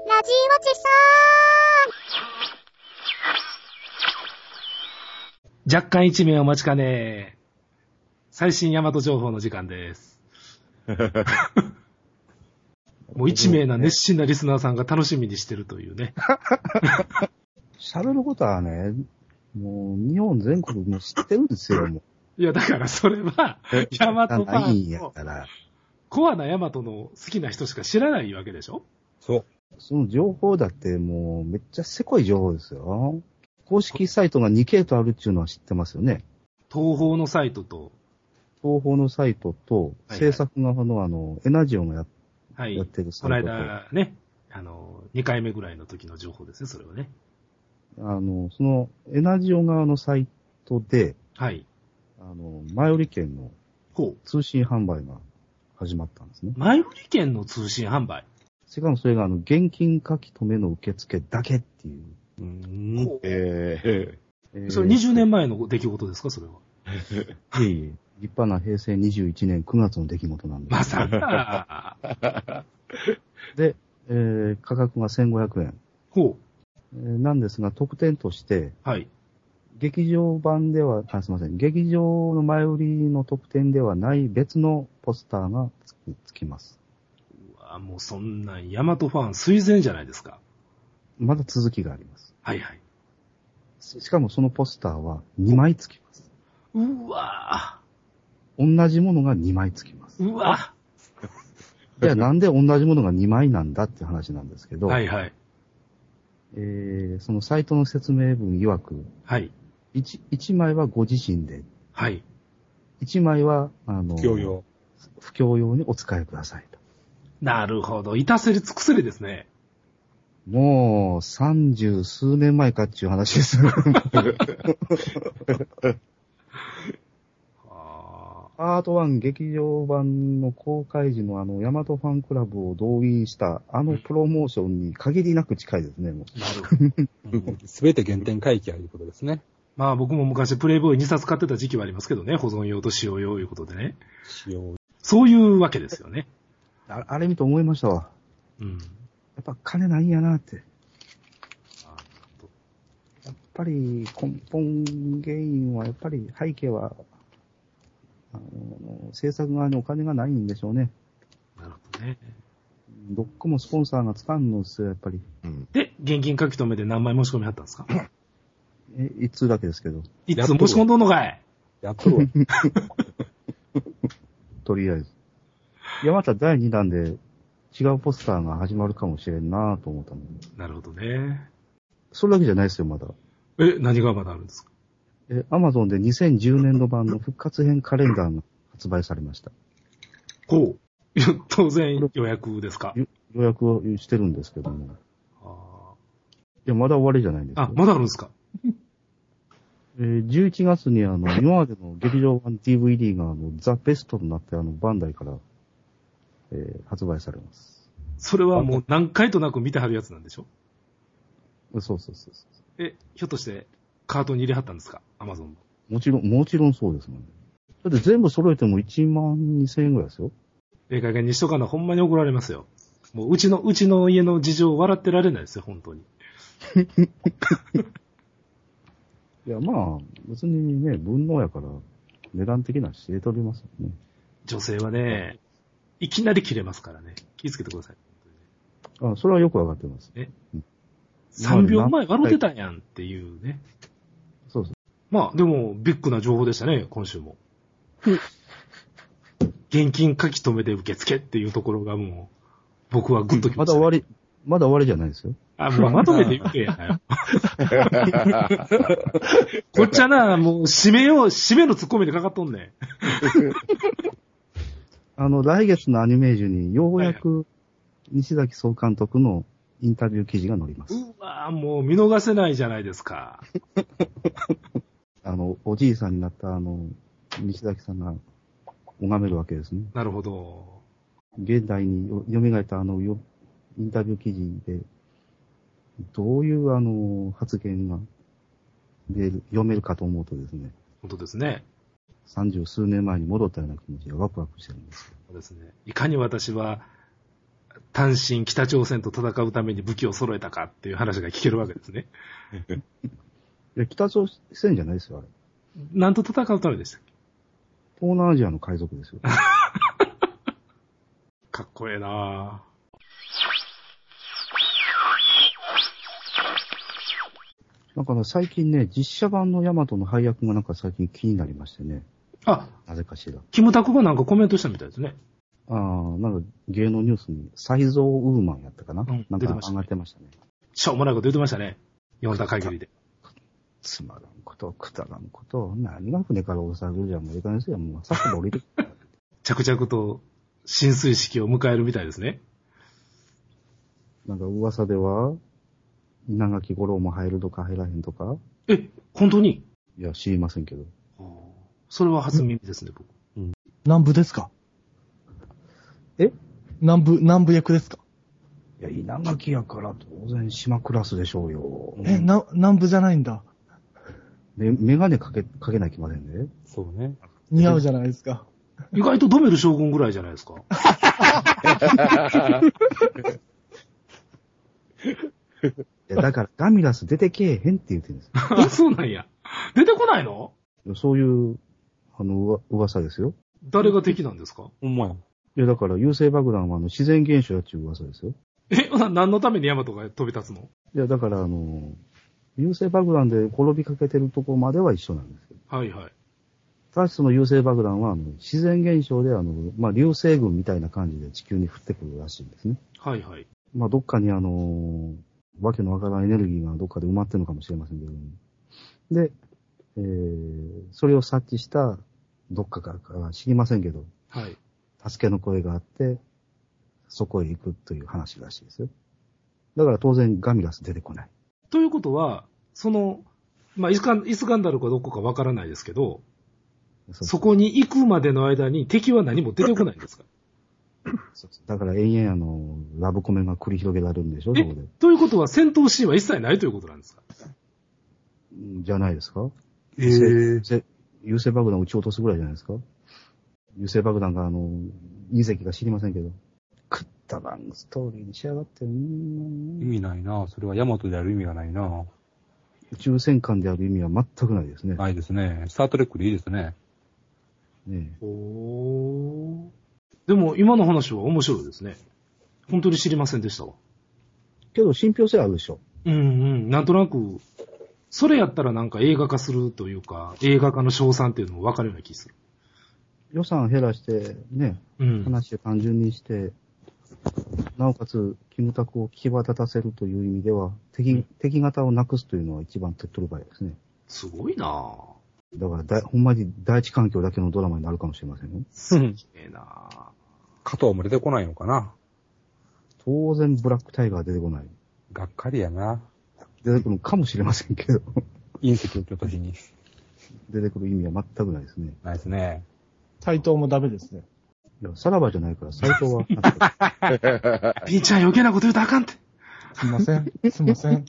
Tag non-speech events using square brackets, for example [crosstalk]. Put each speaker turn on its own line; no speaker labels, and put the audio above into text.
ちそ
若干一名お待ちかね。最新ヤマト情報の時間
[laughs]
です。もう一名な熱心なリスナーさんが楽しみにしてるというね。
喋ることはね、もう日本全国もう知ってるんですよ、
[laughs]
も
いや、だからそれは、
え
ヤマ
う。
トフ
ない
ァ
ん
ン
や
の、
から。
コアなヤマトの好きな人しか知らないわけでしょ
そう。
その情報だってもうめっちゃせこい情報ですよ。公式サイトが2系統あるっていうのは知ってますよね。
東方のサイトと、
東方のサイトと、
はいはい
制作側のあの、エナジオンがや,、
は
やっ
い。
てるサ
この
イトと、あ
間ね、あの、2回目ぐらいの時の情報ですね、それはね。
の、そのエナジオン側のサイトで、
はい。
あの、前売り券の
ほう。
通信販売が始まったんですね。
前売り券の通信販売。
しかもそれがあの、現金書き留めの受付だけっていう。
ほう
ええ
え
それ20年前の出来事ですか、それは。
いえいえ [laughs] 立派な平成21年9月の出来事なんで
まさか。
す。で、えー価格が1500円、
ほ
えーなんですが、特典として、
う。はい。
劇場版では、あすみません、劇場の前売りの特典ではない別のポスターがつきつきます。
うわもうそんなん、ヤマトファン垂涎じゃないですか。
まだ続きがあります。
はいはい。
しかもそのポスターは2枚つきます。
うわ
同じものが2枚つきます。
うわ
じゃあなんで同じものが2枚なんだっていう話なんですけど、
はいはい。
えーそのサイトの説明文曰く、
はい。
1, 1枚はご自身で
はい。
一枚は、あの、
教養。
不況用にお使いくださいと。
なるほど。いたせり尽くせりですね。
もう、三十数年前かっていう話です。
あ
アートワン劇場版の公開時のあの、ヤマトファンクラブを動員した、あのプロモーションに限りなく近いですね、もう。
ーなるほど。 [laughs]
すべて原点回帰ということですね。
まあ僕も昔プレイボーイ2冊買ってた時期はありますけどね。保存用と使用用いうことでね。
使用。
そういうわけですよね。
ああれ見て思いましたわ。
うん。
やっぱ金ないんやなって。
あ
やっぱり根本原因は、やっぱり背景は、あの、制作側にお金がないんでしょうね。
なるほどね。
どっこもスポンサーがつかんのですよ、やっぱり。
うん。
で、現金書き留めで何枚申し込みあったんですか
え、一通だけですけど。
いつ申し込んどんのかい
やっとるわ。
とりあえず。いや、また第2弾で違うポスターが始まるかもしれんなと思ったのに。
なるほどね。
それだけじゃないですよ、まだ。
え、何がまだあるんですか
え、アマゾンで2010年度版の復活編カレンダーが発売されました。
ほう。いや当然予約ですか
よ予約をしてるんですけども。い
あ
や、まだ終わりじゃないんです
ーあ、
よ。
まだあるんですか
えー11月にあの、今までの劇場版 DVD があの、ザ・ベストになってあの、バンダイから、えー発売されます。
それはもう何回となく見てはるやつなんでしょ
そうそうそうそ
え、ひょっとして、カートに入れはったんですかアマゾンの。
う。もちろん、もちろんそうですもんね。だって全部揃えても1万2000円ぐらいですよ。
ええ加減にしとかな、ほんまに怒られますよ。もう、うちの、うちの家の事情笑ってられないですよ、本当に。
いや、まあ、別にね、分能やから、値段的なの知れておりますよね。
女性はね、いきなり切れますからね。気をつけてください。
あ、それはよくわかってます。
3秒前笑ってたんやんっていうね。
そうそう。
まあ、でも、ビッグな情報でしたね、今週も。現金書き留めで受付っていうところがもう、僕はグッとき
ま
ま
だ
した、
終わ
ね。
り、まだ終わりじゃないですよ。
あ、もうまとめて言ってやなよ。こっちはな、もう、締めよう、締めのツッコミでかかっとんねん。
あの、来月のアニメージュに、ようやく、西崎総監督のインタビュー記事が載ります。
うわぁ、もう見逃せないじゃないですか。
あの、おじいさんになった、あの、西崎さんが、拝めるわけですね。
なるほど。
現代によ蘇ったあの、よインタビュー記事で、どういうあの、発言が、で、読めるかと思うとですね、
本当ですね。
三十数年前に戻ったような気持ちでワクワクしてるんですよ。
そうですね。いかに私は、単身北朝鮮と戦うために武器を揃えたかっていう話が聞けるわけですね。
いや、北朝鮮じゃないですよ、あれ。
なんと戦うためでしたっけ
東南アジアの海賊ですよ。 [laughs]
かっこええなぁ。
だから最近ね、実写版のヤマトの配役がなんか最近気になりましてね。
あ、
なぜかしら。
キムタクがなんかコメントしたみたいですね。
ああ、なんか芸能ニュースに、再造ウーマンやったかな、
うん
なん
出て
か
ました
上
ね
がってましたね。
しょうもないこと言ってましたね。読んだ限りで。
つまらんこと、くだらんこと、何が船からおさぐるじゃん、もういいかですよ、もうさっきも降りて
着々と浸水式を迎えるみたいですね。
[laughs] なんか噂では、稲垣五郎も入るとか入らへんとか
え、本当に
いや、知りませんけど。
それは初耳ですね、僕。
南部ですか
え
南部、南部役ですか
いや、稲垣やから当然島クラスでしょうよ。
え、な、南部じゃないんだ。
め、メガネかけ、かけないきませんね。
そうね。
似合うじゃないですか。
意外とドメル将軍ぐらいじゃないです [laughs] か。
いや、だからガミラス出てけえへんって言ってるんです
あ、そうなんや。出てこないの
よ。そういう、あの、うわ噂ですよ。
誰が敵なんですか
ほんまや。
いや、だから、優勢爆弾はあの自然現象やっちゅう噂ですよ。
え、な何のためにヤマトが飛び立つの
いや、だから、あの、優勢爆弾で転びかけてるとこまでは一緒なんですけど。
はいはい。
ただしその優勢爆弾は、あの、自然現象で、あの、まあ、流星群みたいな感じで地球に降ってくるらしいんですね。
はいはい。
まあ、どっかにあの、わけのわからないエネルギーがどっかで埋まってるのかもしれませんけども、で、えー、それを察知した、どっかからか知りませんけど、
はい。
助けの声があって、そこへ行くという話らしいですよ。だから当然ガミラス出てこない。
ということは、その、まあ、イスカン、イスガンダルかどこかわからないですけど、
そう
そこに行くまでの間に敵は何も出てこないんです [laughs] か
そうそうだから延々あの、ラブコメが繰り広げられるんでしょ、そ
え
こで。
ということは戦闘シーンは一切ないということなんですか
うんじゃないですか
え
せせ優勢爆弾を撃ち落とすぐらいじゃないですか優勢爆弾があの、隕石が知りませんけど。くったばんストーリーに仕上がってる、うー
意
ん
味ないなそれはヤマトである意味がないな
宇宙戦艦である意味は全くないですね。
ないですね。スタートレックでいいですね。
ね
おー。でも今の話は面白いですね。本当に知りませんでしたわ。
えけど信憑性あるでしょ。
うんうん。なんとなく、それやったらなんか映画化するというか、映画化の賞賛っていうのもわかるような気する。
予算減らして、ね、
うん。
話を単純にして、なおかつ、キムタクを際立たせるという意味では、敵、敵型をなくすというのは一番手っ取り早いですね。
すごいなぁ。
だからだい、ほんまに第一環境だけのドラマになるかもしれませんよ。
すげえなぁ。
加藤も出てこないのかな
当然、ブラックタイガー出てこない。
がっかりやな
出てくるかもしれませんけど、
隕石を撃った時に。
出てくる意味は全くないですね。
ないですね。
対等もダメですね。
いや、さらばじゃないから、斎藤は、なんか
ピーちゃん余計なこと言うとあかんって。
すいません。すいません。